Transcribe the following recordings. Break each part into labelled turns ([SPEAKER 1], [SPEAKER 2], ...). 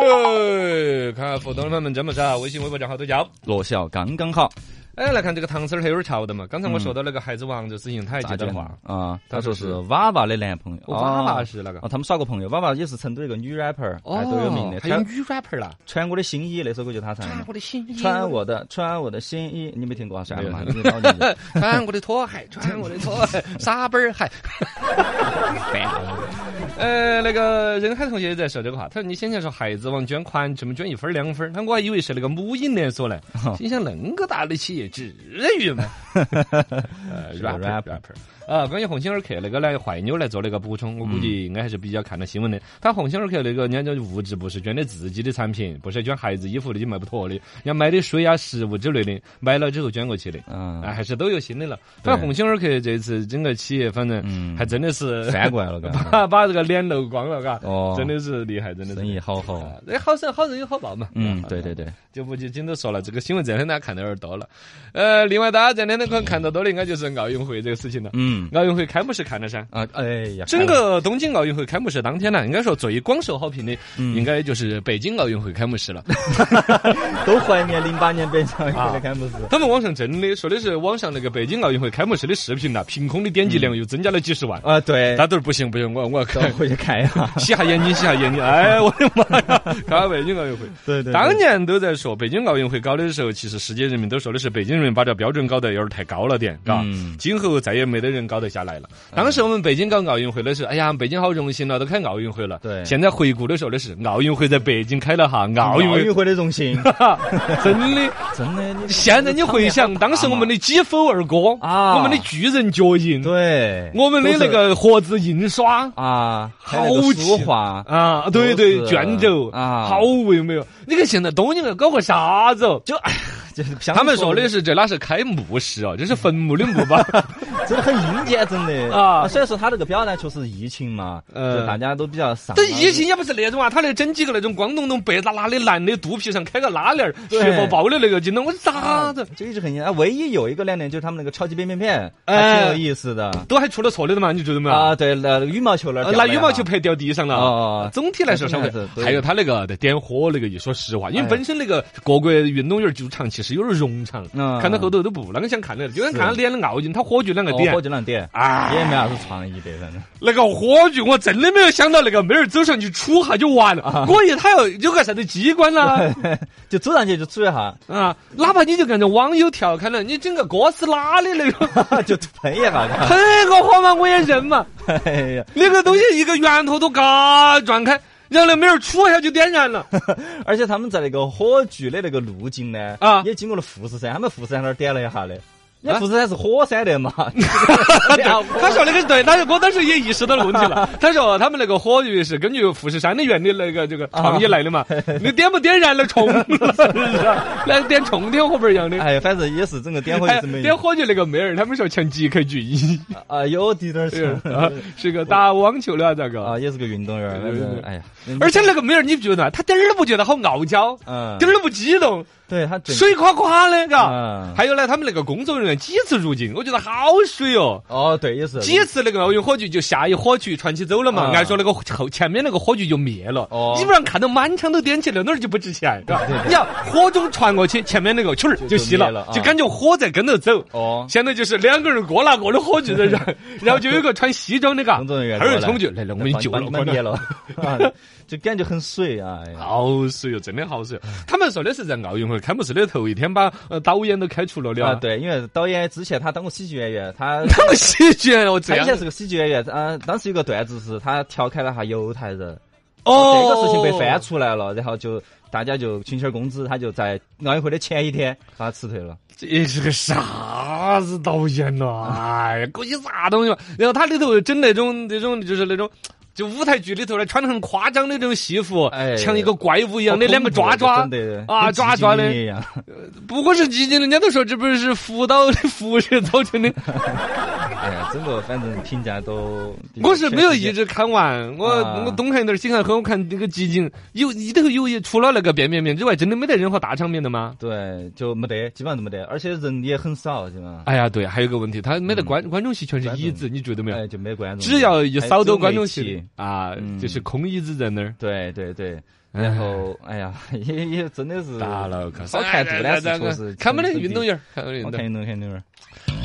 [SPEAKER 1] 哎，看互动他们这么找，微信、微博账号都叫。
[SPEAKER 2] 罗小刚刚好，
[SPEAKER 1] 哎，来看这个唐僧儿还有点潮的嘛。刚才我说到那个孩子王这事情，他还接
[SPEAKER 2] 咋
[SPEAKER 1] 到
[SPEAKER 2] 讲
[SPEAKER 1] 话，
[SPEAKER 2] 啊？
[SPEAKER 1] 他
[SPEAKER 2] 他
[SPEAKER 1] 说
[SPEAKER 2] 说
[SPEAKER 1] 是
[SPEAKER 2] 是娃娃的男朋友，
[SPEAKER 1] 娃娃
[SPEAKER 2] 啊
[SPEAKER 1] 是那个
[SPEAKER 2] 哦，他们耍过朋友，娃娃也是成都一个女 rapper，还哦都有名的。
[SPEAKER 1] 哎还有
[SPEAKER 2] 穿
[SPEAKER 1] 女 rapper 啦，
[SPEAKER 2] 穿我的新衣那首歌就他唱
[SPEAKER 1] 穿
[SPEAKER 2] 的
[SPEAKER 1] 哎我，的新衣，
[SPEAKER 2] 穿我的穿我的新衣，你没听过啊？算了嘛，
[SPEAKER 1] 没
[SPEAKER 2] 你老 年人
[SPEAKER 1] 穿我的拖鞋，穿我的拖鞋，傻本儿鞋。 呃，那个任海同学也在说这个话，他说你先前说孩子王捐款，怎么捐一分儿两分儿？他说我还以为是那个母婴连锁 嘞，心想恁个大的企业至于 吗？呃
[SPEAKER 2] 是个
[SPEAKER 1] rapper
[SPEAKER 2] rapper
[SPEAKER 1] rapper 啊，关于鸿星尔克那个呢，坏妞来做了一个补充，我估计应该还是比较看到新闻的。他鸿星尔克那个人家就物质不是捐的自己的产品，不是捐孩子衣服的就卖不脱的，人家买的水啊、食物之类的，买了之后捐过去的。
[SPEAKER 2] 嗯
[SPEAKER 1] 哎，还是都有新的了。反正
[SPEAKER 2] 对
[SPEAKER 1] 鸿星尔克这次整个企业，反正
[SPEAKER 2] 嗯
[SPEAKER 1] 还真的是
[SPEAKER 2] 翻过来了，嘎。
[SPEAKER 1] 把把这个脸露光了，嘎，
[SPEAKER 2] 哦，
[SPEAKER 1] 真的是厉害，真的
[SPEAKER 2] 生
[SPEAKER 1] 是哎
[SPEAKER 2] 意。好好。
[SPEAKER 1] 啊那好生好人有好报嘛，
[SPEAKER 2] 嗯，对对对，
[SPEAKER 1] 就不仅仅都说了，这个新闻这两天大家看的有点多了。呃，另外大家这两天可能看到多的，应该就是奥运会这个事情了。
[SPEAKER 2] 嗯
[SPEAKER 1] 奥运会开幕式看了噻，
[SPEAKER 2] 啊，哎呀，
[SPEAKER 1] 整个东京奥运会开幕式当天呢，啊应该说最广受好评的，
[SPEAKER 2] 嗯
[SPEAKER 1] 应该就是北京奥运会开幕 式了。
[SPEAKER 2] 看了都怀念零八年北京奥运
[SPEAKER 1] 啊
[SPEAKER 2] 会的开幕式。
[SPEAKER 1] 他们网上真的说的是网上那个北京奥运会开幕式的视频呐，凭空的点击量
[SPEAKER 2] 嗯
[SPEAKER 1] 又增加了几十万。
[SPEAKER 2] 啊，对，
[SPEAKER 1] 大头儿不行不行，我我要
[SPEAKER 2] 都
[SPEAKER 1] 看，
[SPEAKER 2] 回去看一下。
[SPEAKER 1] 洗下眼睛洗下眼睛，哎，我的妈呀！看北京奥运会，
[SPEAKER 2] 对对，
[SPEAKER 1] 当年都在说北京奥运会搞的时候，其实世界人民都说的是北京人民把这标准搞得有点太高了点，嘎、
[SPEAKER 2] 嗯
[SPEAKER 1] 今后再也没得人搞得下来了。当时我们北京搞奥运会的时候，哎呀，北京好荣幸了，都开奥运会了。
[SPEAKER 2] 对
[SPEAKER 1] 现在回顾的时候的是奥运会在北京开了哈，奥运
[SPEAKER 2] 奥运
[SPEAKER 1] 会。
[SPEAKER 2] 会的荣幸，
[SPEAKER 1] 哈， 真的，
[SPEAKER 2] 真的，你
[SPEAKER 1] 现在你回想当时我们的几否二哥
[SPEAKER 2] 啊
[SPEAKER 1] 我们的巨人脚印，
[SPEAKER 2] 对，
[SPEAKER 1] 我们的那个盒子印刷，
[SPEAKER 2] 啊，
[SPEAKER 1] 好
[SPEAKER 2] 还有那个书
[SPEAKER 1] 气
[SPEAKER 2] 画，
[SPEAKER 1] 啊，对
[SPEAKER 2] 都
[SPEAKER 1] 对
[SPEAKER 2] 是，
[SPEAKER 1] 卷轴
[SPEAKER 2] 啊
[SPEAKER 1] 好唯美哦！你看现在东京人搞个啥子哦？就
[SPEAKER 2] 就是
[SPEAKER 1] 他们说的是这哪是开墓室哦，这 是坟墓的墓 吧？
[SPEAKER 2] 真的很阴间，真的
[SPEAKER 1] 啊
[SPEAKER 2] 虽然说他这个表达确实疫情嘛，
[SPEAKER 1] 呃
[SPEAKER 2] 就大家都比较上啊，
[SPEAKER 1] 这疫情也不是那种啊，他那整几个那种光咚咚白拉拉的男的肚皮上开个拉 链儿，
[SPEAKER 2] 对
[SPEAKER 1] 血包包的那个进了，我啥
[SPEAKER 2] 啊
[SPEAKER 1] 子？
[SPEAKER 2] 就一直很阴。啊唯一有一个亮点就是他们那个超级变变变，
[SPEAKER 1] 哎
[SPEAKER 2] 还挺有意思的
[SPEAKER 1] 都还出了错的嘛？你觉得嘛？
[SPEAKER 2] 啊。对，那羽毛球那儿
[SPEAKER 1] 呃
[SPEAKER 2] 掉
[SPEAKER 1] 拿
[SPEAKER 2] 了
[SPEAKER 1] 羽毛球啊
[SPEAKER 2] 哈
[SPEAKER 1] 拍掉地上了。
[SPEAKER 2] 哦
[SPEAKER 1] 总体来说，稍微
[SPEAKER 2] 还是对
[SPEAKER 1] 还有他那个在点火那个，一说实话，因为
[SPEAKER 2] 哎
[SPEAKER 1] 本身那个各国运动员主场其实有点冗长，
[SPEAKER 2] 嗯
[SPEAKER 1] 看到后头都不啷个想看了，就跟
[SPEAKER 2] 是
[SPEAKER 1] 看脸的奥运，他火炬啷个点
[SPEAKER 2] 哦，火就那点，
[SPEAKER 1] 啊
[SPEAKER 2] 也没啥子创意的，反 正
[SPEAKER 1] 那个火炬，我真的没有想到那个妹儿走上去杵哈就完了，我以为他要有个啥子机关啦
[SPEAKER 2] 就走上去就杵一下，
[SPEAKER 1] 啊！哪怕你就按照网友调侃了，你整个哥斯拉的那种
[SPEAKER 2] 就喷一下嘛。
[SPEAKER 1] 喷个火嘛，我也认嘛。
[SPEAKER 2] 哎呀，
[SPEAKER 1] 那个东西一个圆头都嘎转开，让那妹儿杵一下就点燃了。
[SPEAKER 2] 而且他们在那个火炬的那个路径呢，
[SPEAKER 1] 啊
[SPEAKER 2] 也经过了富士山，他们富士山那儿点了一下的。
[SPEAKER 1] 啊
[SPEAKER 2] 人家富士山是火山 的嘛？然后
[SPEAKER 1] 他说那个对，他我当时也意识到了问题了。他说他们那个火炬是根据富士山的原理那个这个创意来的嘛，你点不点燃了冲了，是不是？那点冲天火盆一样的。
[SPEAKER 2] 哎，反正也是整个点火
[SPEAKER 1] 哎
[SPEAKER 2] 也是没
[SPEAKER 1] 点火炬那个妹儿，他们说像 GKG
[SPEAKER 2] 啊，有滴点儿像
[SPEAKER 1] 啊，是个打网球的啊咋
[SPEAKER 2] 啊，
[SPEAKER 1] 个？
[SPEAKER 2] 也是个运动员儿，
[SPEAKER 1] 对
[SPEAKER 2] 反
[SPEAKER 1] 对对
[SPEAKER 2] 正哎呀，
[SPEAKER 1] 而且那个妹儿，你不觉得她点儿都不觉得好傲娇，
[SPEAKER 2] 嗯，
[SPEAKER 1] 点儿都不激动，
[SPEAKER 2] 对他整
[SPEAKER 1] 水垮垮的，嘎
[SPEAKER 2] 嗯。
[SPEAKER 1] 还有呢，他们那个工作人员几次入境，我觉得好水哦。
[SPEAKER 2] 哦，对，也是
[SPEAKER 1] 几次那个奥运火炬就下一火炬传起走了嘛，
[SPEAKER 2] 啊
[SPEAKER 1] 按说那个后前面那个火炬就灭了
[SPEAKER 2] 哦，
[SPEAKER 1] 基本上看到满场都点起了，那儿就不值钱，嘎。你看火种传过去，前面那个球儿就
[SPEAKER 2] 就
[SPEAKER 1] 熄
[SPEAKER 2] 灭了
[SPEAKER 1] 了，
[SPEAKER 2] 啊
[SPEAKER 1] 就感觉火在跟头走。
[SPEAKER 2] 哦，
[SPEAKER 1] 现在就是两个人各拿各的火炬在 这儿，然后就有一个穿西装的嘎，
[SPEAKER 2] 工作人员
[SPEAKER 1] 还有人
[SPEAKER 2] 过来
[SPEAKER 1] 冲就来了，我们救
[SPEAKER 2] 把
[SPEAKER 1] 了，
[SPEAKER 2] 你
[SPEAKER 1] 快
[SPEAKER 2] 们
[SPEAKER 1] 点
[SPEAKER 2] 灭了， 啊就感觉很水啊。哎呀
[SPEAKER 1] 好水哟，真的好水！他们说的是在奥运会开幕式的头一天把呃导演都开除了的
[SPEAKER 2] 啊，
[SPEAKER 1] 啊，
[SPEAKER 2] 对，因为导演之前他当过喜剧演员， 他
[SPEAKER 1] 他们喜剧哦这
[SPEAKER 2] 他以
[SPEAKER 1] 样
[SPEAKER 2] 前是个喜剧演员，啊，当时有个段子是他调侃了下犹太人，
[SPEAKER 1] 哦，
[SPEAKER 2] 这个事情被翻出来了，然后就大家就群起而攻之，他就在奥运会的前一天把他辞退了。
[SPEAKER 1] 这是个啥子导演呐、哎呀，估计啥东西嘛。然后他里头整那种那种就是那种。就舞台剧里头呢，穿的很夸张的那种戏服，
[SPEAKER 2] 哎
[SPEAKER 1] 像一个怪物一样的两个爪爪
[SPEAKER 2] 哦真，的
[SPEAKER 1] 啊
[SPEAKER 2] 跟
[SPEAKER 1] 爪
[SPEAKER 2] 基
[SPEAKER 1] 爪
[SPEAKER 2] 金
[SPEAKER 1] 的
[SPEAKER 2] 一样。
[SPEAKER 1] 不过是基金，人家都说这不是福 岛的辐射造成的。
[SPEAKER 2] 哎呀，整个反正评价都，
[SPEAKER 1] 我是没有一直看完，我、
[SPEAKER 2] 啊
[SPEAKER 1] 我东看一点儿西看一点儿，我看那个集锦，有里头有一除了那个变变面之外，真的没得任何大场面的吗？
[SPEAKER 2] 对，就没得，基本上都没得，而且人也很少，基本上，
[SPEAKER 1] 哎呀，对，还有一个问题，他没得观、观众席全是椅子，你觉得没有？
[SPEAKER 2] 哎，就没观众。
[SPEAKER 1] 只要一扫到观众
[SPEAKER 2] 还有
[SPEAKER 1] 席
[SPEAKER 2] 媒体，
[SPEAKER 1] 啊，
[SPEAKER 2] 嗯
[SPEAKER 1] 就是空椅子在那儿。
[SPEAKER 2] 对对对，然后哎呀， 也也真的是
[SPEAKER 1] 打了，可
[SPEAKER 2] 好看度呢是确实
[SPEAKER 1] 哎看我们的运动员儿，看我们的运
[SPEAKER 2] 好
[SPEAKER 1] 动员
[SPEAKER 2] 看
[SPEAKER 1] 儿。
[SPEAKER 2] 运动员运动员，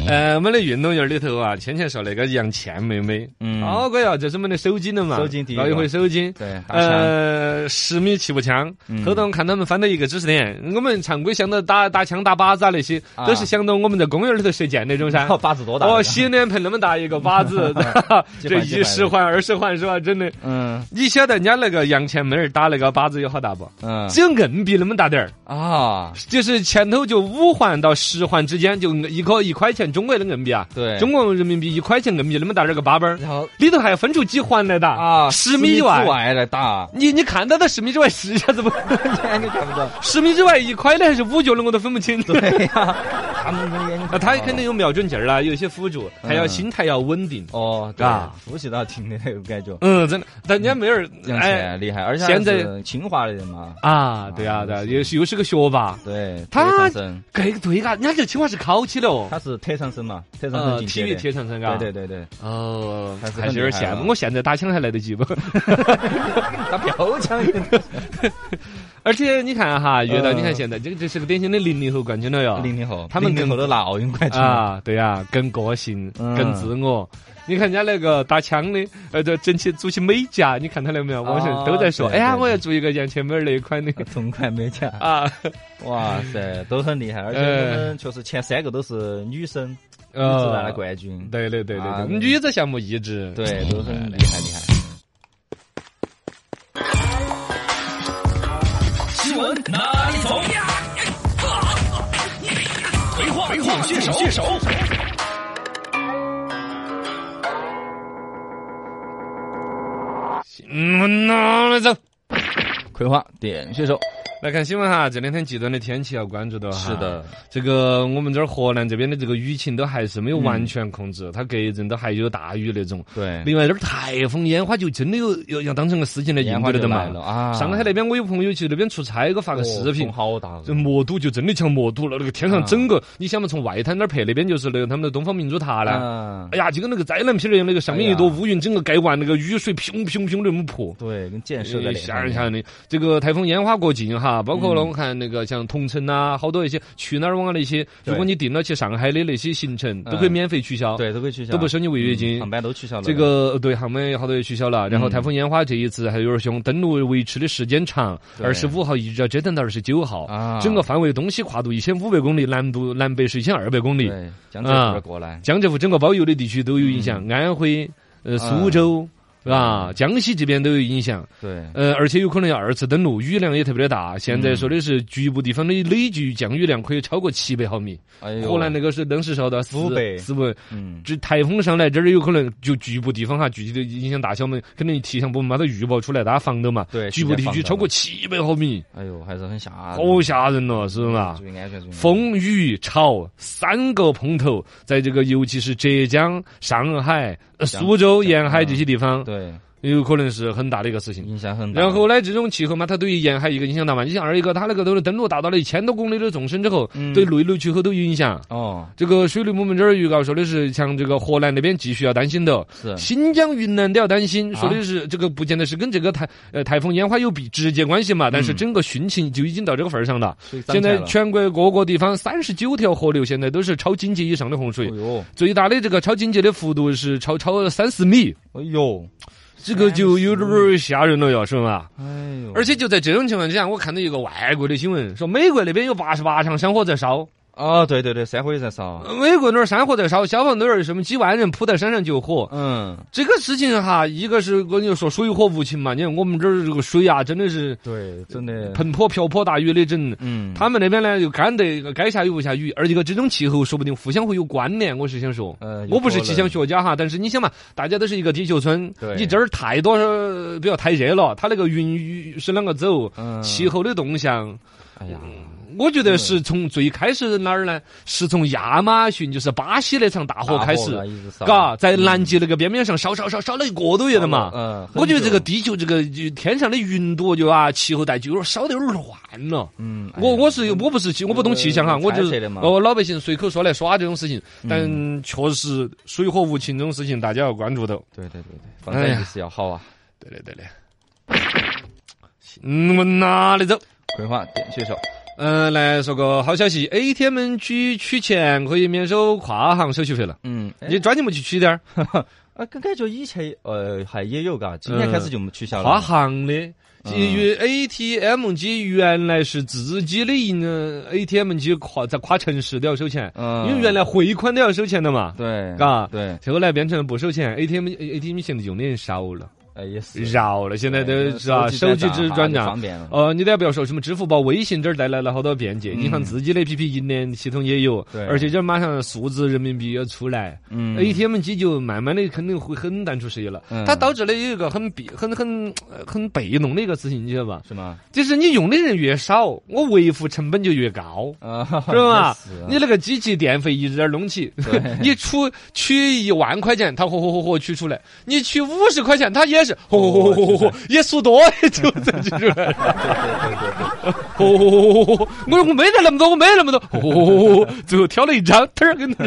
[SPEAKER 1] 呃，我们的运动员儿里头啊，先前说那个杨倩妹妹，
[SPEAKER 2] 嗯
[SPEAKER 1] 好哦个呀，这是我们的首金了嘛，
[SPEAKER 2] 首金第一
[SPEAKER 1] 绕一
[SPEAKER 2] 个
[SPEAKER 1] 回首金。
[SPEAKER 2] 对，打枪，
[SPEAKER 1] 呃，十米气步枪
[SPEAKER 2] 嗯，
[SPEAKER 1] 后头我看他们翻到一个知识点，我们常规想到打打枪、打靶子啊那些，
[SPEAKER 2] 啊
[SPEAKER 1] 都是想到我们在公园里头射箭那 种噻。
[SPEAKER 2] 好靶子多大？
[SPEAKER 1] 哦，洗脸盆那么大一个靶子，
[SPEAKER 2] 几
[SPEAKER 1] 这
[SPEAKER 2] 环几
[SPEAKER 1] 一十
[SPEAKER 2] 环
[SPEAKER 1] 环、二十环是吧？真的，
[SPEAKER 2] 嗯
[SPEAKER 1] 你晓得人家那个杨倩妹儿打那个靶子有好大不？
[SPEAKER 2] 嗯
[SPEAKER 1] 只有硬币那么大点儿，
[SPEAKER 2] 啊，
[SPEAKER 1] 就是前头就五环到十环之间，就一个一块钱中国的硬币啊，
[SPEAKER 2] 对，
[SPEAKER 1] 中国人民币一块钱硬币那么大点儿个八本儿，
[SPEAKER 2] 然后
[SPEAKER 1] 里头还要分出几环来打
[SPEAKER 2] 啊，
[SPEAKER 1] 十
[SPEAKER 2] 米
[SPEAKER 1] 米以
[SPEAKER 2] 之
[SPEAKER 1] 外。
[SPEAKER 2] 外来打，
[SPEAKER 1] 你你看到的十米之外是一下子不？
[SPEAKER 2] 眼睛哎看不到。
[SPEAKER 1] 十米之外一块的还是五角的我都分不清。
[SPEAKER 2] 对哎 呀，他们眼睛看 不
[SPEAKER 1] 啊，
[SPEAKER 2] 到
[SPEAKER 1] 他肯定有瞄准劲儿啦，有一些辅助，还要
[SPEAKER 2] 嗯
[SPEAKER 1] 心态要稳定。
[SPEAKER 2] 哦，对
[SPEAKER 1] 啊，
[SPEAKER 2] 呼吸道挺的那种感觉，
[SPEAKER 1] 嗯，真的，但人家没人
[SPEAKER 2] 杨
[SPEAKER 1] 哎
[SPEAKER 2] 倩厉害，而且
[SPEAKER 1] 现在
[SPEAKER 2] 还是清华的人嘛，
[SPEAKER 1] 啊，对啊，对啊，又是又是个学霸，
[SPEAKER 2] 对，
[SPEAKER 1] 他
[SPEAKER 2] 特长生，
[SPEAKER 1] 这个对嘎，人家这清华是考起了哦，
[SPEAKER 2] 他是特长生嘛，特长生
[SPEAKER 1] 呃，
[SPEAKER 2] 进
[SPEAKER 1] 体
[SPEAKER 2] 阶
[SPEAKER 1] 育
[SPEAKER 2] 的，
[SPEAKER 1] 铁长生嘎，
[SPEAKER 2] 对对对对，
[SPEAKER 1] 哦，
[SPEAKER 2] 还是
[SPEAKER 1] 还
[SPEAKER 2] 很
[SPEAKER 1] 是有点
[SPEAKER 2] 厉害
[SPEAKER 1] 羡
[SPEAKER 2] 啊
[SPEAKER 1] 慕。我现在打枪还来得及不？
[SPEAKER 2] 他标 枪，
[SPEAKER 1] 而且你看哈，越到
[SPEAKER 2] 呃
[SPEAKER 1] 你看现在，这个这是个典型的零零后冠军了哟。
[SPEAKER 2] 零零后，
[SPEAKER 1] 他们
[SPEAKER 2] 零零后都拿奥运冠军了，
[SPEAKER 1] 啊，对呀，更个性，
[SPEAKER 2] 嗯
[SPEAKER 1] 更自我。你看人家那个打枪的，呃，就整起组起美甲，你看他了没有？网上
[SPEAKER 2] 啊
[SPEAKER 1] 都在说，哎
[SPEAKER 2] 对
[SPEAKER 1] 呀，
[SPEAKER 2] 对嗯
[SPEAKER 1] 我要做一个杨千妹儿那一款的
[SPEAKER 2] 同款美甲，
[SPEAKER 1] 啊，
[SPEAKER 2] 哇塞，都很厉害，而且
[SPEAKER 1] 呃
[SPEAKER 2] 我们确实前三个都是女生，女子拿了
[SPEAKER 1] 呃，
[SPEAKER 2] 冠军，
[SPEAKER 1] 对对对
[SPEAKER 2] 啊
[SPEAKER 1] 对对，女子项目一直
[SPEAKER 2] 对，都很厉害厉害。
[SPEAKER 1] 嗯，拿来走。
[SPEAKER 2] 葵花点穴手，
[SPEAKER 1] 来看新闻哈，这两天极端的天气要关注到哈。
[SPEAKER 2] 是的，
[SPEAKER 1] 这个我们这儿河南这边的这个雨情都还是没有
[SPEAKER 2] 嗯
[SPEAKER 1] 完全控制，它隔一阵都还有大雨那种。
[SPEAKER 2] 对，
[SPEAKER 1] 另外，这儿台风烟花就真的有要要当成个事情来应
[SPEAKER 2] 烟
[SPEAKER 1] 对
[SPEAKER 2] 花
[SPEAKER 1] 了的
[SPEAKER 2] 就来
[SPEAKER 1] 嘛。
[SPEAKER 2] 了啊！
[SPEAKER 1] 上海那边我有朋友去那边出差，给我发个视频
[SPEAKER 2] 哦风。啊好大哦，
[SPEAKER 1] 这魔都就真的像魔都了，那个天上整个，你想嘛，从外滩那儿拍那边就是那个他们的东方明珠塔呢，
[SPEAKER 2] 嗯，
[SPEAKER 1] 哎呀，就跟那个灾难片儿一样，那个上面
[SPEAKER 2] 哎
[SPEAKER 1] 一朵乌云整个盖完，那个雨水砰砰砰的那么泼，
[SPEAKER 2] 对，跟建设的
[SPEAKER 1] 呃
[SPEAKER 2] 脸
[SPEAKER 1] 吓人吓人的。这个台风烟花过境哈，包
[SPEAKER 2] 嗯
[SPEAKER 1] 括了我看那个像同城啊，好多一些去哪儿网啊那些，
[SPEAKER 2] 对
[SPEAKER 1] 如果你订了去上海的那些行程，
[SPEAKER 2] 嗯
[SPEAKER 1] 都可以免费取消，
[SPEAKER 2] 对，都可嗯以取消，
[SPEAKER 1] 都不收你违约金
[SPEAKER 2] 航。班都取消了。嗯
[SPEAKER 1] 这个呃对航班有好多也取消了，然后台风烟花这一次还有点凶，登陆维持的时间长，
[SPEAKER 2] 对
[SPEAKER 1] 二十五号一直要折腾到二十九号，
[SPEAKER 2] 啊，
[SPEAKER 1] 整个范围东西跨度一千五百公里，南部南北是一千二百公里，
[SPEAKER 2] 对江浙沪这边过来，
[SPEAKER 1] 江浙沪整个包邮的地区都有影响，
[SPEAKER 2] 嗯
[SPEAKER 1] 安徽、呃苏州。啊，江西这边都有影响，
[SPEAKER 2] 对，
[SPEAKER 1] 呃，而且有可能要二次登陆，雨量也特别的大。现
[SPEAKER 2] 嗯
[SPEAKER 1] 在说的是局部地方的累计降雨量可以超过七百毫米，
[SPEAKER 2] 哎呦，
[SPEAKER 1] 河南那个是当时烧到四
[SPEAKER 2] 五百
[SPEAKER 1] 四百，
[SPEAKER 2] 嗯，
[SPEAKER 1] 这台风上来这儿有可能就局部地方哈，具体的影响大小我们肯定气象部门把它预报出来，大家防的嘛。
[SPEAKER 2] 对
[SPEAKER 1] 局部地
[SPEAKER 2] 提前
[SPEAKER 1] 区
[SPEAKER 2] 哎防的
[SPEAKER 1] 超过七百毫米，
[SPEAKER 2] 哎呦，还是很吓人，
[SPEAKER 1] 好吓人了，是不是嘛？
[SPEAKER 2] 注意安全，注意安全，
[SPEAKER 1] 风雨潮三个碰头，在这个尤其是浙江、上海、呃
[SPEAKER 2] 江
[SPEAKER 1] 苏州沿海
[SPEAKER 2] 嗯
[SPEAKER 1] 这些地方，
[SPEAKER 2] 对
[SPEAKER 1] 有可能是很大的一个事情。
[SPEAKER 2] 影响很大。
[SPEAKER 1] 然后呢，这种气候嘛，它对于沿海一个影响大嘛。你想二哎一个，它那个都是登陆达到了一千多公里的纵深之后，
[SPEAKER 2] 嗯
[SPEAKER 1] 对内陆气候都有影响。
[SPEAKER 2] 哦，
[SPEAKER 1] 这个水利部门这儿预告说的是，像这个河南那边继续要担心的，
[SPEAKER 2] 是
[SPEAKER 1] 新疆、云南都要担心。
[SPEAKER 2] 啊
[SPEAKER 1] 说的是这个不见得是跟这个台呃台风烟花有比直接关系嘛，但是
[SPEAKER 2] 嗯
[SPEAKER 1] 整个汛情就已经到这个份儿上了。
[SPEAKER 2] 水涨
[SPEAKER 1] 现
[SPEAKER 2] 起来
[SPEAKER 1] 在
[SPEAKER 2] 了
[SPEAKER 1] 全国各个地方三十九条河流现在都是超警戒以上的洪
[SPEAKER 2] 哎
[SPEAKER 1] 水，
[SPEAKER 2] 呦，
[SPEAKER 1] 最大的这个超警戒的幅度是超超三四米，
[SPEAKER 2] 哎呦，
[SPEAKER 1] 这个就有点儿吓人了哟，是吧？
[SPEAKER 2] 哎呦，
[SPEAKER 1] 而且就在这种情况之下，我看到一个外国的新闻，说美国那边有八十八场山火在烧，
[SPEAKER 2] 啊，对对对，山火也在烧，
[SPEAKER 1] 美国那儿山火在烧，消防队儿什么几万人扑在山上救火。
[SPEAKER 2] 嗯，
[SPEAKER 1] 这个事情哈，一个是我跟你说水火无情嘛，你看我们这儿这个水啊，真的是
[SPEAKER 2] 对，真的，
[SPEAKER 1] 盆泼瓢泼大雨的整。
[SPEAKER 2] 嗯，
[SPEAKER 1] 他们那边呢，又干得该下雨不下雨，而且个这种气候说不定互相会有关联。我是想说，
[SPEAKER 2] 呃，有
[SPEAKER 1] 我不是
[SPEAKER 2] 可
[SPEAKER 1] 气
[SPEAKER 2] 能
[SPEAKER 1] 象学家哈，但是你想嘛，大家都是一个地球村
[SPEAKER 2] 对，
[SPEAKER 1] 你这儿太多呃比较太热了，它那个云雨是啷个走，
[SPEAKER 2] 嗯，
[SPEAKER 1] 气候的动向，
[SPEAKER 2] 哎呀，
[SPEAKER 1] 我觉得是从最开始哪儿呢？是从亚马逊，就是巴西那场大火开始
[SPEAKER 2] 大火，了一直烧
[SPEAKER 1] 嘎，在南极那个边边上烧烧烧烧了一个多月了嘛。
[SPEAKER 2] 嗯，
[SPEAKER 1] 我觉得这个
[SPEAKER 2] 很久，
[SPEAKER 1] 地球这个就天上的云朵就啊，气候带就有点烧得有点乱了。
[SPEAKER 2] 嗯，哎
[SPEAKER 1] 我
[SPEAKER 2] 呀
[SPEAKER 1] 我是我不是气，我不懂气象哈，
[SPEAKER 2] 嗯
[SPEAKER 1] 我就
[SPEAKER 2] 猜测
[SPEAKER 1] 是
[SPEAKER 2] 的嘛
[SPEAKER 1] 哦老百姓随口说来耍这种事情，但确实水火无情这种事情大家要关注到。
[SPEAKER 2] 哎
[SPEAKER 1] 啊
[SPEAKER 2] 对对对对，防晒意识要好啊。
[SPEAKER 1] 对的对的。
[SPEAKER 2] 起。
[SPEAKER 1] 嗯，往哪里走？
[SPEAKER 2] 规划点选手，
[SPEAKER 1] 嗯、来说个好消息，ATM 区取钱可以免收跨行手续费了。
[SPEAKER 2] 嗯，
[SPEAKER 1] 你抓紧不去取点儿，
[SPEAKER 2] 啊，感感觉以前呃还也有嘎，今年开始就取消
[SPEAKER 1] 跨
[SPEAKER 2] 了。
[SPEAKER 1] 行的。
[SPEAKER 2] 嗯
[SPEAKER 1] 基于 ATM 机原来是自己的银呃 ATM 机跨在跨城市都要收钱，
[SPEAKER 2] 嗯
[SPEAKER 1] 因为原来汇款都要收钱的嘛，
[SPEAKER 2] 对，
[SPEAKER 1] 嘎
[SPEAKER 2] 对，
[SPEAKER 1] 后来变成不收钱，ATM ATM 现在用的人少了，
[SPEAKER 2] 哎也是，
[SPEAKER 1] 绕了，现在都
[SPEAKER 2] 对
[SPEAKER 1] 是吧，手机只转
[SPEAKER 2] 就
[SPEAKER 1] 账。
[SPEAKER 2] 方便了。
[SPEAKER 1] 呃，你都不要说什么支付宝、微信这儿带来了好多便捷，银行自己的 APP 银联系统也有，
[SPEAKER 2] 对
[SPEAKER 1] 而且这儿马上数字人民币要出来、
[SPEAKER 2] 嗯
[SPEAKER 1] a t m 机就慢慢的肯定会很淡出视野了。
[SPEAKER 2] 嗯
[SPEAKER 1] 它导致了有一个很被很很呃很被动的一个事情，你知道吧？
[SPEAKER 2] 是吗？
[SPEAKER 1] 就是你用的人越少，我维护成本就越高。
[SPEAKER 2] 啊，
[SPEAKER 1] 嗯是吧
[SPEAKER 2] 也是啊
[SPEAKER 1] 你那个机器电费一直儿弄起，你出取一万块钱，它嚯嚯嚯嚯取出来；你取五十块钱，它也是嚯嚯嚯嚯嚯嚯，也数多就这就出来。
[SPEAKER 2] 啊
[SPEAKER 1] 嚯嚯嚯嚯嚯嚯！哦我说我没得那么多，我没得那么多，嚯嚯嚯嚯嚯！最后挑了一张，嘚儿跟。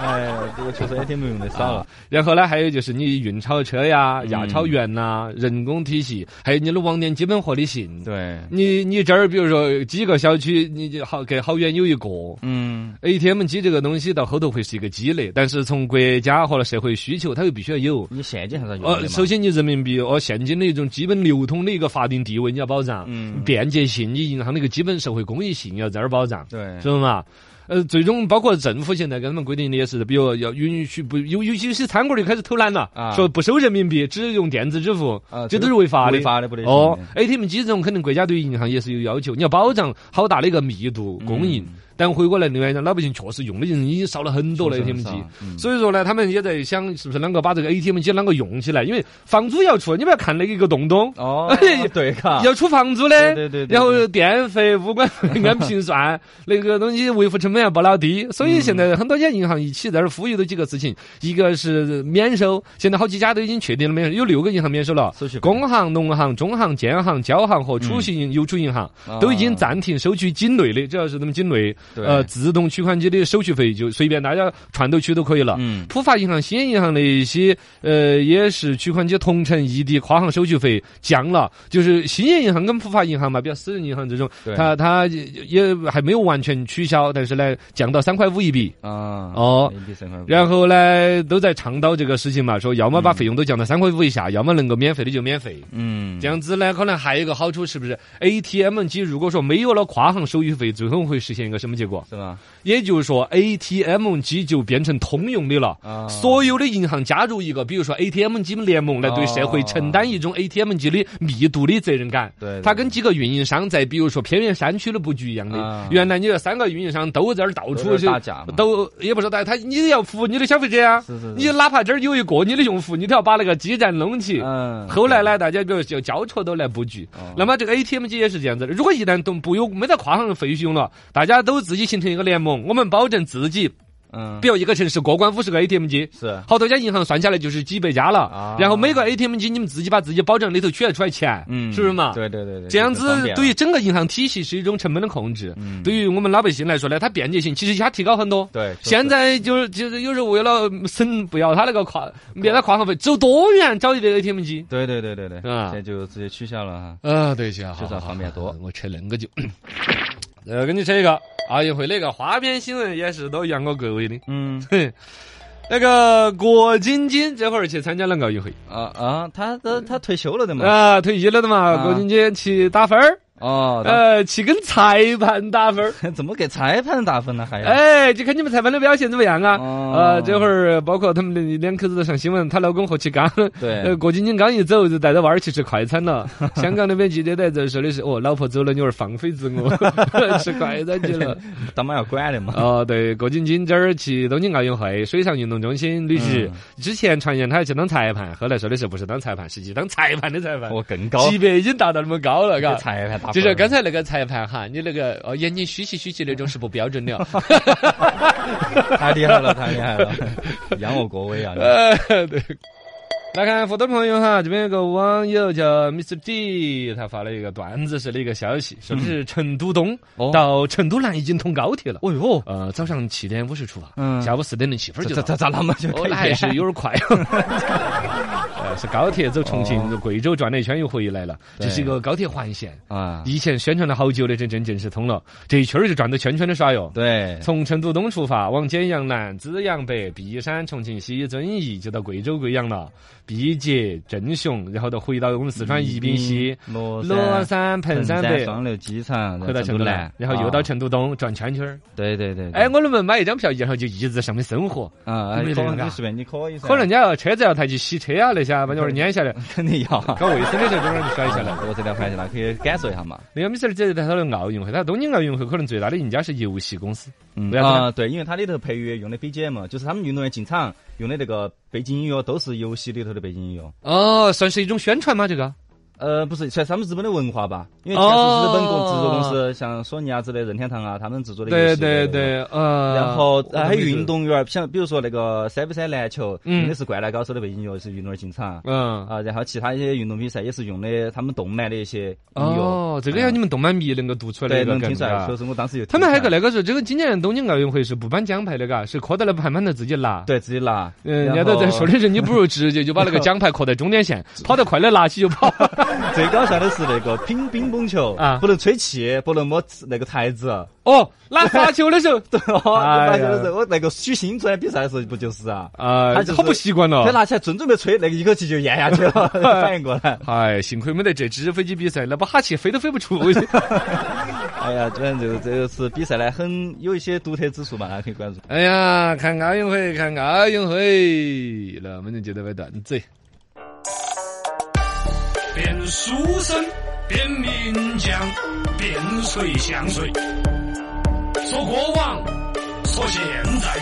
[SPEAKER 2] 哎呀，这个确实也挺没用的，少了。
[SPEAKER 1] 然后呢，还有就是你运钞车呀、亚钞员呐、人工体系，还有你的网点基本合理性。
[SPEAKER 2] 对，
[SPEAKER 1] 你你这儿比如说几个小区，你就好给好远有一个，
[SPEAKER 2] 嗯，
[SPEAKER 1] ATM 机这个东西到后头会是一个积累，但是从国家或者社会需求，它又必须要有。
[SPEAKER 2] 你现金还是要用的
[SPEAKER 1] 呃，
[SPEAKER 2] 嘛
[SPEAKER 1] 首先你人民币哦，现金的一种基本流通的一个法定地位你要保障，
[SPEAKER 2] 嗯
[SPEAKER 1] 便捷性，你银行的一个基本社会公益性要在这儿保障，
[SPEAKER 2] 对
[SPEAKER 1] 知，道吗？呃，最终包括政府现在给他们规定的也是，比如要允许不有有有些餐馆儿就开始偷懒了，
[SPEAKER 2] 啊
[SPEAKER 1] 说不收人民币，只用电子支付，
[SPEAKER 2] 啊
[SPEAKER 1] 这都是违法的。
[SPEAKER 2] 违法的不得行
[SPEAKER 1] 哦
[SPEAKER 2] 的
[SPEAKER 1] ，ATM 机这种肯定国家对于银行也是有要求，你要保障好大的一个密度供应。
[SPEAKER 2] 嗯
[SPEAKER 1] 但回过来，另外让老百姓确实用的人已经少了很多了
[SPEAKER 2] 确实
[SPEAKER 1] ATM
[SPEAKER 2] 很
[SPEAKER 1] 机
[SPEAKER 2] 少，嗯
[SPEAKER 1] 所以说呢，他们也在想是不是啷个把这个 ATM 机啷个用起来，因为房租要出，你不要看那一个洞洞。
[SPEAKER 2] 哦，
[SPEAKER 1] 哎
[SPEAKER 2] 对嘎，
[SPEAKER 1] 要出房租的，
[SPEAKER 2] 对对对对
[SPEAKER 1] 然后电费、物管费按平算，那个东西维护成本也不老低，所以现在很多家银行一起在这儿呼吁的几个事情，一个是免收，现在好几家都已经确定了免收，有六个银行免收了
[SPEAKER 2] 手续，费
[SPEAKER 1] 工行、农行、中行、建行、交行和储蓄银邮储银行都已经暂停收取境内的，只要是他们境内
[SPEAKER 2] 啊哦对
[SPEAKER 1] 呃自动取款机的手续费，就随便大家串都取都可以了。
[SPEAKER 2] 嗯
[SPEAKER 1] 浦发银行、兴业银行的一些呃，也是取款机同城异地跨行手续费降了，就是兴业银行跟浦发银行嘛，比较私人银行这种
[SPEAKER 2] 对，
[SPEAKER 1] 它它也也还没有完全取消，但是呢，降到三块五一笔。
[SPEAKER 2] 啊
[SPEAKER 1] 哦，
[SPEAKER 2] 人民币三块五
[SPEAKER 1] 然后呢，都在倡导这个事情嘛，说要么把费用都降到三块五以下，要么能够免费的就免费。
[SPEAKER 2] 嗯
[SPEAKER 1] 这样子呢，可能还有一个好处是不是？ATM 机如果说没有了跨行手续费，最后会实现一个什么结果？
[SPEAKER 2] 是吧？
[SPEAKER 1] 也就是说，ATM 机就变成通用的了。
[SPEAKER 2] 啊，
[SPEAKER 1] 所有的银行加入一个，比如说 ATM 机联盟，来对社会承担一种 ATM 机的密度的责任感。
[SPEAKER 2] 对对
[SPEAKER 1] 它跟几个运营商在比如说偏远山区的布局一样的
[SPEAKER 2] 啊。
[SPEAKER 1] 原来你这三个运营商都在那儿到处
[SPEAKER 2] 都在打架嘛
[SPEAKER 1] 都也不是打，他你要服务你的消费者呀
[SPEAKER 2] 是是是。
[SPEAKER 1] 你哪怕这儿有一个你的用户，你都要把那个基站弄起。
[SPEAKER 2] 嗯，
[SPEAKER 1] 后来呢，大家比如就交错都来布局
[SPEAKER 2] 哦。
[SPEAKER 1] 那么这个 ATM 机也是这样子的，如果一旦都不用没得跨行费用了，大家都自己形成一个联盟，我们保证自己，
[SPEAKER 2] 嗯
[SPEAKER 1] 比如一个城市过关五十个 ATM 机，
[SPEAKER 2] 是
[SPEAKER 1] 好多家银行算下来就是几百家了，
[SPEAKER 2] 啊
[SPEAKER 1] 然后每个 ATM 机你们自己把自己保障里头取出来钱，
[SPEAKER 2] 嗯，
[SPEAKER 1] 是不是嘛？
[SPEAKER 2] 对对对对，
[SPEAKER 1] 这样
[SPEAKER 2] 就方
[SPEAKER 1] 子
[SPEAKER 2] 便了
[SPEAKER 1] 对于整个银行体系是一种成本的控制，
[SPEAKER 2] 嗯
[SPEAKER 1] 对于我们老百姓来说呢，它便捷性其实它提高很多。
[SPEAKER 2] 对
[SPEAKER 1] 现在就是就是有时候为了省不要它那个跨，免它跨行费，走多远找一个 ATM 机
[SPEAKER 2] 对对对对对，
[SPEAKER 1] 啊
[SPEAKER 2] 现在就直接取消了哈。
[SPEAKER 1] 啊？对，行，
[SPEAKER 2] 至少方便多
[SPEAKER 1] 好好好我吃恁个酒， 呃，给你吃一个奥运会那个花边新闻，也是都扬我各位的。
[SPEAKER 2] 嗯
[SPEAKER 1] 哼， 那个郭晶晶这会儿去参加了奥运会
[SPEAKER 2] 啊啊，他他他退休了的嘛？
[SPEAKER 1] 啊，退役了的嘛。
[SPEAKER 2] 嗯啊
[SPEAKER 1] 郭晶晶去打分儿，
[SPEAKER 2] 哦，他
[SPEAKER 1] 呃，去跟裁判打分儿。
[SPEAKER 2] 怎么给裁判打分呢？还要
[SPEAKER 1] 哎，就看你们裁判的表现怎么样啊！
[SPEAKER 2] 哦
[SPEAKER 1] 呃，这会儿包括他们的两口子都上新闻，她老公何其刚，
[SPEAKER 2] 对
[SPEAKER 1] 呃，郭晶晶刚一走就带着娃儿去吃快餐了。 香港那边记者在这儿说的是，哦，老婆走了，女儿放飞自我， 吃快餐去了。
[SPEAKER 2] 当妈要 管的嘛？
[SPEAKER 1] 哦，对，郭晶晶这儿去东京奥运会水上运动中心旅行，之前传言她要去当裁判，后来说的是不是当裁判，是去当裁判的裁判，
[SPEAKER 2] 我更高，
[SPEAKER 1] 级别已经达到那么哦高了，嘎
[SPEAKER 2] 给。裁判打分。
[SPEAKER 1] 就是刚才那个裁判哈，你那个哦眼睛虚起虚起那种是不标准的哦。
[SPEAKER 2] 太厉害了，太厉害了，扬我国威啊！ 你
[SPEAKER 1] 呃，对。 来看福州朋友哈，这边有个网友叫 Mr D，他发了一个段子式的一个消息，说的是成都东、
[SPEAKER 2] 哦
[SPEAKER 1] 到成都南已经通高铁了。
[SPEAKER 2] 哦哟，
[SPEAKER 1] 呃，早上七点五十出发，
[SPEAKER 2] 嗯
[SPEAKER 1] 下午四点零七分就
[SPEAKER 2] 咋
[SPEAKER 1] 到。
[SPEAKER 2] 咋咋那么就
[SPEAKER 1] 哦，
[SPEAKER 2] 可以
[SPEAKER 1] 那还是有点快哦。 呃是高铁走重庆、贵州转了一圈又回来了，
[SPEAKER 2] 对
[SPEAKER 1] 这是一个高铁环线。
[SPEAKER 2] 啊，
[SPEAKER 1] 以前宣传了好久的这证件是通了，这一圈儿就转到圈圈的耍哟。
[SPEAKER 2] 对，
[SPEAKER 1] 从成都东出发，往简阳南、资阳北、璧山、重庆西、遵义，就到贵州贵阳了。毕节、镇雄，然后到回到我们四川宜宾西、
[SPEAKER 2] 乐
[SPEAKER 1] 乐山、
[SPEAKER 2] 彭
[SPEAKER 1] 彭山北，
[SPEAKER 2] 双流机场，
[SPEAKER 1] 回到成都
[SPEAKER 2] 嗯
[SPEAKER 1] 南，然后又到成都东转圈圈儿。
[SPEAKER 2] 啊，对对对，对
[SPEAKER 1] 哎，，我能不能买一张票，然后就一直上面生活？
[SPEAKER 2] 啊，
[SPEAKER 1] 你没
[SPEAKER 2] 可
[SPEAKER 1] 得
[SPEAKER 2] 能
[SPEAKER 1] 啊
[SPEAKER 2] 你随便你可以噻，
[SPEAKER 1] 可能人家要车子要抬去洗车啊那些 啊，把你娃儿撵下来，
[SPEAKER 2] 肯定要，
[SPEAKER 1] 搞卫生的时候就让你甩下来。
[SPEAKER 2] 我这条环线那可以感受一下嘛，
[SPEAKER 1] 那个米 Sir 姐姐在讨论奥运会，她说东京奥运会可能最大的赢家是游戏公司。
[SPEAKER 2] 嗯
[SPEAKER 1] 为啥子呢
[SPEAKER 2] 啊，对，因为它里头配乐用的 BGM，就是他们运动员进场用的那个背景音乐，都是游戏里头的背景音乐。
[SPEAKER 1] 哦，算是一种宣传吗？这个？
[SPEAKER 2] 呃，不是，算是他们日本的文化吧，因为
[SPEAKER 1] 哦
[SPEAKER 2] 全是日本公制作公司，像索尼啊之类、任天堂啊，他们制作的游
[SPEAKER 1] 对
[SPEAKER 2] 戏。
[SPEAKER 1] 对。对，呃，
[SPEAKER 2] 然后呃还有运
[SPEAKER 1] 运动。
[SPEAKER 2] 动员，像比如说那个三比三篮球，
[SPEAKER 1] 嗯
[SPEAKER 2] 用的是《灌篮高手》的背景音乐，是运动员进场。
[SPEAKER 1] 嗯，
[SPEAKER 2] 啊，然后其他一些运动比赛也是用的他们动漫的一些音乐，
[SPEAKER 1] 哦，这个要你们动漫迷能够读出来
[SPEAKER 2] 对，
[SPEAKER 1] 一个
[SPEAKER 2] 能
[SPEAKER 1] 梗
[SPEAKER 2] 听出来。
[SPEAKER 1] 嘎
[SPEAKER 2] 确。实，我当时就
[SPEAKER 1] 他们还有个
[SPEAKER 2] 那
[SPEAKER 1] 那个是，这个今年东京奥运会是不颁奖牌的，嘎，是磕到了盘盘头自己拿。
[SPEAKER 2] 对自己拿，
[SPEAKER 1] 嗯，人
[SPEAKER 2] 然
[SPEAKER 1] 家
[SPEAKER 2] 后
[SPEAKER 1] 都在说的是，你不如直接就把那 个奖牌磕在终点线，跑得快的拿起就 跑。
[SPEAKER 2] 最搞笑的是那个乒乒乓球
[SPEAKER 1] 啊
[SPEAKER 2] 不能吹气，不能摸那个台 子。
[SPEAKER 1] 哦，拿罚球的时候，
[SPEAKER 2] 对哦，
[SPEAKER 1] 哎呀
[SPEAKER 2] 发现的时候，我那个举新出来比赛的时候不就是啊？
[SPEAKER 1] 啊
[SPEAKER 2] 他就，是
[SPEAKER 1] 好不习惯
[SPEAKER 2] 他
[SPEAKER 1] 了。
[SPEAKER 2] 拿起来正准备吹，那个一口气就咽下去 了，反应过来。
[SPEAKER 1] 哎，幸亏没得这纸飞机比赛，那把哈气飞都飞不出去。
[SPEAKER 2] 哎呀，反正就这个次比赛呢，很有一些独特之处嘛，大家可以关注。
[SPEAKER 1] 哎呀，看奥运会，看奥运会，那我们就接着摆段子。
[SPEAKER 3] 变书生，变名将，变谁像谁？说过往，说现在，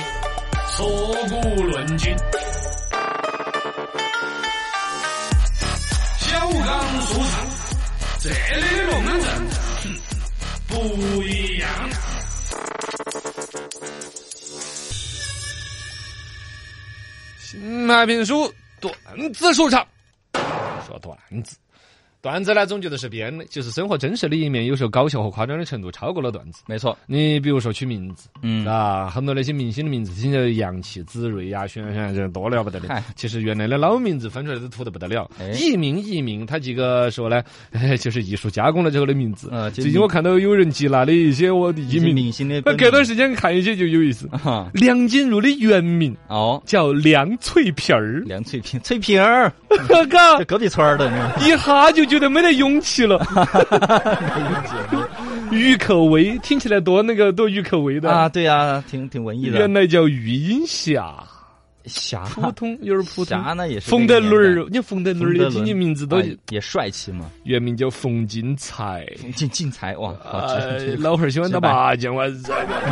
[SPEAKER 3] 说古论今。小刚书场，这里的龙门阵哼不一样。
[SPEAKER 1] 买评书段子书场，说段子，段子呢总觉得是编的，就是生活真实的一面，有时候搞笑和夸张的程度超过了段子。
[SPEAKER 2] 没错，
[SPEAKER 1] 你比如说取名字，
[SPEAKER 2] 嗯
[SPEAKER 1] 啊，很多那些明星的名字听着洋气，子睿呀、轩轩啊这多了不得的
[SPEAKER 2] 嗨。
[SPEAKER 1] 其实原来的老名字翻出来都土得不得了
[SPEAKER 2] 哎。
[SPEAKER 1] 艺名艺名，他几个说呢，哎就是艺术加工了之后的名字
[SPEAKER 2] 呃。这
[SPEAKER 1] 最近我看到有人记拿的一些我的艺名，
[SPEAKER 2] 明星的本
[SPEAKER 1] 我
[SPEAKER 2] 名，
[SPEAKER 1] 隔段时间看一些就有意思。
[SPEAKER 2] 啊
[SPEAKER 1] 梁静茹的原名
[SPEAKER 2] 哦，
[SPEAKER 1] 叫梁翠皮儿。
[SPEAKER 2] 亮脆皮，脆皮儿，
[SPEAKER 1] 哥
[SPEAKER 2] 这
[SPEAKER 1] 哥，
[SPEAKER 2] 隔壁村儿的，
[SPEAKER 1] 一下就觉得没得勇气了。郁可唯听起来多那个多郁可唯的
[SPEAKER 2] 啊，，对呀，挺挺文艺的
[SPEAKER 1] 原。来叫郁音 霞，
[SPEAKER 2] 侠
[SPEAKER 1] 普通有点普通。
[SPEAKER 2] 侠呢也是
[SPEAKER 1] 冯
[SPEAKER 2] 那
[SPEAKER 1] 德
[SPEAKER 2] 个
[SPEAKER 1] 伦
[SPEAKER 2] 年代
[SPEAKER 1] 儿，你冯德伦儿也听你名字都
[SPEAKER 2] 啊也帅气嘛，
[SPEAKER 1] 原名叫冯金才。
[SPEAKER 2] 进进财哇，好
[SPEAKER 1] 呃
[SPEAKER 2] 这，
[SPEAKER 1] 老汉儿喜欢打麻将，我日！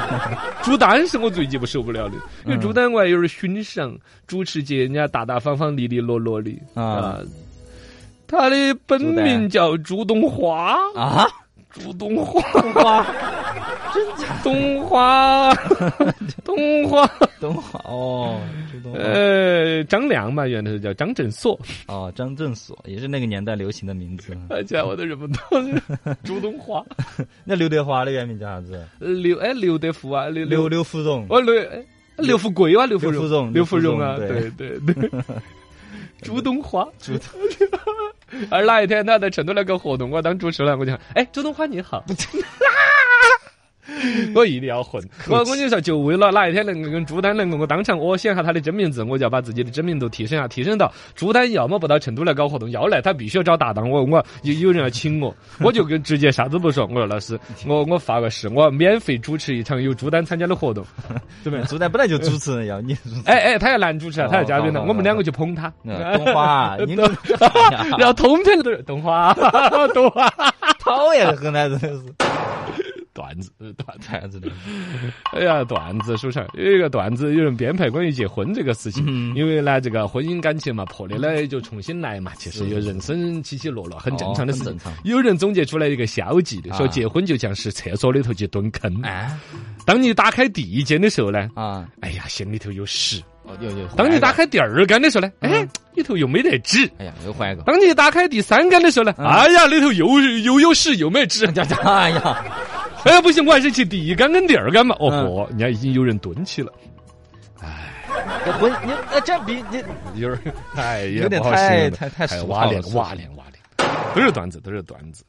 [SPEAKER 1] 朱丹是我最近不受不了的，因
[SPEAKER 2] 嗯
[SPEAKER 1] 为朱丹我还有点欣赏，主持节人家大大方方、利利落落的
[SPEAKER 2] 啊
[SPEAKER 1] 啊。他的本
[SPEAKER 2] 朱丹
[SPEAKER 1] 名叫朱冬花，
[SPEAKER 2] 啊，
[SPEAKER 1] 朱冬花，
[SPEAKER 2] 花
[SPEAKER 1] 冬花，冬花。
[SPEAKER 2] 东华哦，周东华
[SPEAKER 1] 呃，张良嘛，原来是叫张振硕，
[SPEAKER 2] 哦，张振所也是那个年代流行的名字。
[SPEAKER 1] 哎家我都认不到。朱冬花，
[SPEAKER 2] 那刘德华的原名叫啥子？
[SPEAKER 1] 刘哎刘德福啊，刘
[SPEAKER 2] 刘刘芙蓉。
[SPEAKER 1] 哦，刘哎刘富贵啊，刘富
[SPEAKER 2] 刘富
[SPEAKER 1] 荣，
[SPEAKER 2] 荣
[SPEAKER 1] 刘富荣啊，
[SPEAKER 2] 刘富
[SPEAKER 1] 对对对， 朱冬花，
[SPEAKER 2] 朱
[SPEAKER 1] 冬。 而那一天他在成都那个活动，我当主持人，我就喊哎，朱冬花你 好。我一定要混，我我跟你说，就为了哪一天能够跟朱丹能够我当场我写下他的真名字，我就要把自己的真名度提升啊下，提升到朱丹要么不到成都来搞活动，要来他必须要找搭档，我我有有人要请 我，我就跟直接啥子不说，我说老师，我我发个誓，我要免费主持一场有朱丹参加的活动，
[SPEAKER 2] 对不对？朱丹本来就主持人要你主 持。
[SPEAKER 1] 哎哎，他要男主持人，
[SPEAKER 2] 哦
[SPEAKER 1] 他要嘉宾呢，
[SPEAKER 2] 好好嗯
[SPEAKER 1] 我们两个就捧他。
[SPEAKER 2] 那东 华，你
[SPEAKER 1] 然后通篇都是动 画，动画
[SPEAKER 2] 讨厌很难，真的是
[SPEAKER 1] 段子，段子，
[SPEAKER 2] 太子 的。
[SPEAKER 1] 哎呀，段子书上有一个段子，有人编排关于结婚这个事情，
[SPEAKER 2] 嗯
[SPEAKER 1] 因为呢，这个婚姻感情嘛，破裂了就重新来嘛，其实有人生起起落落，很正常的事
[SPEAKER 2] 哦
[SPEAKER 1] 情
[SPEAKER 2] 很正常。
[SPEAKER 1] 有人总结出来一个消极的，说
[SPEAKER 2] 啊
[SPEAKER 1] 结婚就像是厕所里头去蹲坑，
[SPEAKER 2] 啊
[SPEAKER 1] 当你打开第一间的时候呢，
[SPEAKER 2] 啊！
[SPEAKER 1] 哎呀，心里头有屎；
[SPEAKER 2] 哦，又又
[SPEAKER 1] 当你打，开第二间的时候呢，
[SPEAKER 2] 嗯
[SPEAKER 1] 哎，里头又没得纸。
[SPEAKER 2] 哎呀，又换一个。
[SPEAKER 1] 当你打开第三杆的时候呢，
[SPEAKER 2] 嗯
[SPEAKER 1] 哎呀，里头又又有屎又没 纸，
[SPEAKER 2] 哎呀，嗯
[SPEAKER 1] 哎不行，我还是去第一杆跟第二杆吧。哦嚯，人家已经有人蹲起了，哎，
[SPEAKER 2] 这混你呃这比你
[SPEAKER 1] 有点儿太也
[SPEAKER 2] 有点
[SPEAKER 1] 哎不好形容
[SPEAKER 2] 太
[SPEAKER 1] 了
[SPEAKER 2] 太太
[SPEAKER 1] 太
[SPEAKER 2] 俗
[SPEAKER 1] 挖
[SPEAKER 2] 套了
[SPEAKER 1] 脸
[SPEAKER 2] 是不是
[SPEAKER 1] 挖脸挖脸，都是段子，都是段子。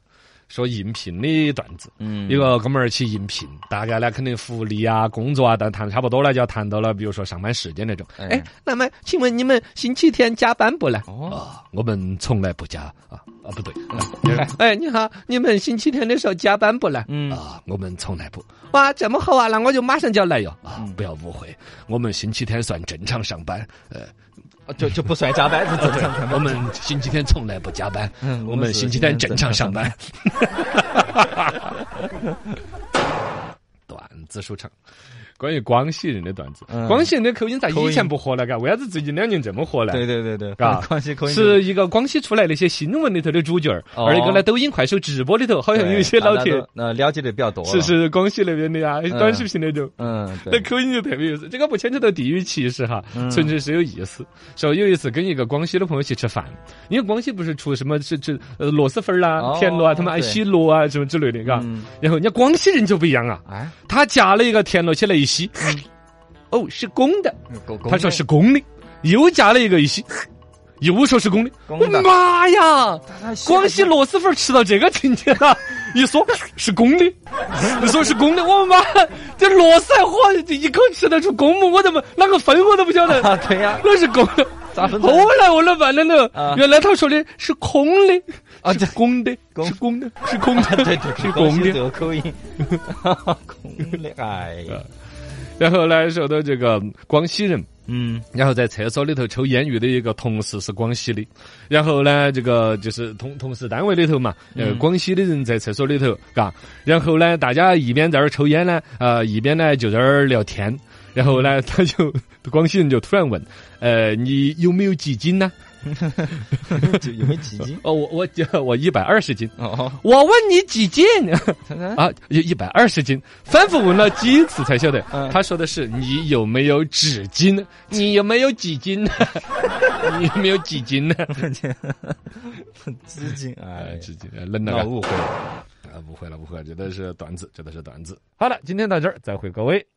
[SPEAKER 1] 说应聘的段子，
[SPEAKER 2] 嗯
[SPEAKER 1] 一个哥们儿去应聘，大概呢肯定福利啊、工作啊，但谈得差不多了就要谈到了，比如说上班时间那种。
[SPEAKER 2] 哎
[SPEAKER 1] 哎，那么请问你们星期天加班不呢？
[SPEAKER 2] 哦
[SPEAKER 1] 啊，我们从来不加啊啊，不对， 哎，你好，你们星期天的时候加班不呢？
[SPEAKER 2] 嗯
[SPEAKER 1] 啊，我们从来不。哇，这么好啊，那我就马上就要来哟。啊，不要误会，我们星期天算正常上班，呃，
[SPEAKER 2] 就就不算加班，是正常上班。
[SPEAKER 1] 我们星期天从来不加 班，
[SPEAKER 2] 嗯
[SPEAKER 1] 我们星期天正常上 班。段子书场，关于广西人的段子，
[SPEAKER 2] 嗯
[SPEAKER 1] 广西人的口音咋
[SPEAKER 2] 口音
[SPEAKER 1] 以前不火了？嘎，为啥子最近两年这么火了？
[SPEAKER 2] 对对对对，
[SPEAKER 1] 嘎
[SPEAKER 2] 广西口音
[SPEAKER 1] 是一个广西出来的一些新闻里头的主角儿，
[SPEAKER 2] 哦
[SPEAKER 1] 而一个呢，抖音、快手直播里头好像有一些老铁，
[SPEAKER 2] 呃了解的比较多了，
[SPEAKER 1] 是是广西那边的呀，短视频那种。
[SPEAKER 2] 嗯，
[SPEAKER 1] 那
[SPEAKER 2] 对，
[SPEAKER 1] 口音就特别有意思，这个不牵扯到地域歧视哈，
[SPEAKER 2] 嗯
[SPEAKER 1] 纯粹是有意思。说有一次跟一个广西的朋友去吃饭，因为广西不是出什么是这呃螺蛳粉儿啦
[SPEAKER 2] 哦、
[SPEAKER 1] 田螺啊，他们爱
[SPEAKER 2] 对
[SPEAKER 1] 洗螺啊什么之类的，嘎、
[SPEAKER 2] 嗯
[SPEAKER 1] 然后人家广西人就不一样啊，
[SPEAKER 2] 哎，
[SPEAKER 1] 他夹了一个田螺起来一吸，
[SPEAKER 2] 嗯
[SPEAKER 1] 哦是公的，
[SPEAKER 2] 狗狗
[SPEAKER 1] 他说是公的，又夹了一个一吸，又说是公的，
[SPEAKER 2] 公
[SPEAKER 1] 我
[SPEAKER 2] 的
[SPEAKER 1] 妈 呀！
[SPEAKER 2] 啊
[SPEAKER 1] 广西
[SPEAKER 2] 路
[SPEAKER 1] 螺蛳粉吃到这个境界了，一说是公的，你说是公的，我妈这螺蛳货一口吃得出公母，我怎么哪个分我都不晓得，
[SPEAKER 2] 啊，对呀，
[SPEAKER 1] 那是公的。
[SPEAKER 2] 咋分的
[SPEAKER 1] 后来问了半天呢
[SPEAKER 2] 啊，
[SPEAKER 1] 原来他说的是空的，
[SPEAKER 2] 啊
[SPEAKER 1] 是
[SPEAKER 2] 对
[SPEAKER 1] 公的，
[SPEAKER 2] 公
[SPEAKER 1] 是公的，是公的，
[SPEAKER 2] 对对，
[SPEAKER 1] 是
[SPEAKER 2] 对
[SPEAKER 1] 公
[SPEAKER 2] 西
[SPEAKER 1] 的
[SPEAKER 2] 这。个口音，公的，哎呀，
[SPEAKER 1] 然后呢，说到这个广西人，
[SPEAKER 2] 嗯，
[SPEAKER 1] 然后在厕所里头抽烟遇的一个同事是广西的，然后呢，这个就是同同事单位里头嘛，呃，广西的人在厕所里头，嘎，然后呢，大家一边在那儿抽烟呢，呃，一边呢就在那儿聊天，然后呢，他就 广西人就突然问，呃，你有没有几斤呢？
[SPEAKER 2] 就有没有几斤？
[SPEAKER 1] 哦，我我 我一百二十斤。
[SPEAKER 2] 哦，
[SPEAKER 1] 我问你几斤
[SPEAKER 2] 啊，
[SPEAKER 1] 啊？一一百二十斤，反复问了几次才晓得
[SPEAKER 2] 嗯，
[SPEAKER 1] 他说的是你有没有纸巾？你有没有几 斤呢？你有没有几斤呢？
[SPEAKER 2] 几斤？
[SPEAKER 1] 呃，
[SPEAKER 2] 哎，
[SPEAKER 1] 纸巾呃冷了
[SPEAKER 2] 闹
[SPEAKER 1] 嘎，
[SPEAKER 2] 误会了。
[SPEAKER 1] 啊，误会了，误会了，这都是段子，这都是段子。好了，今天到这儿，再会各位。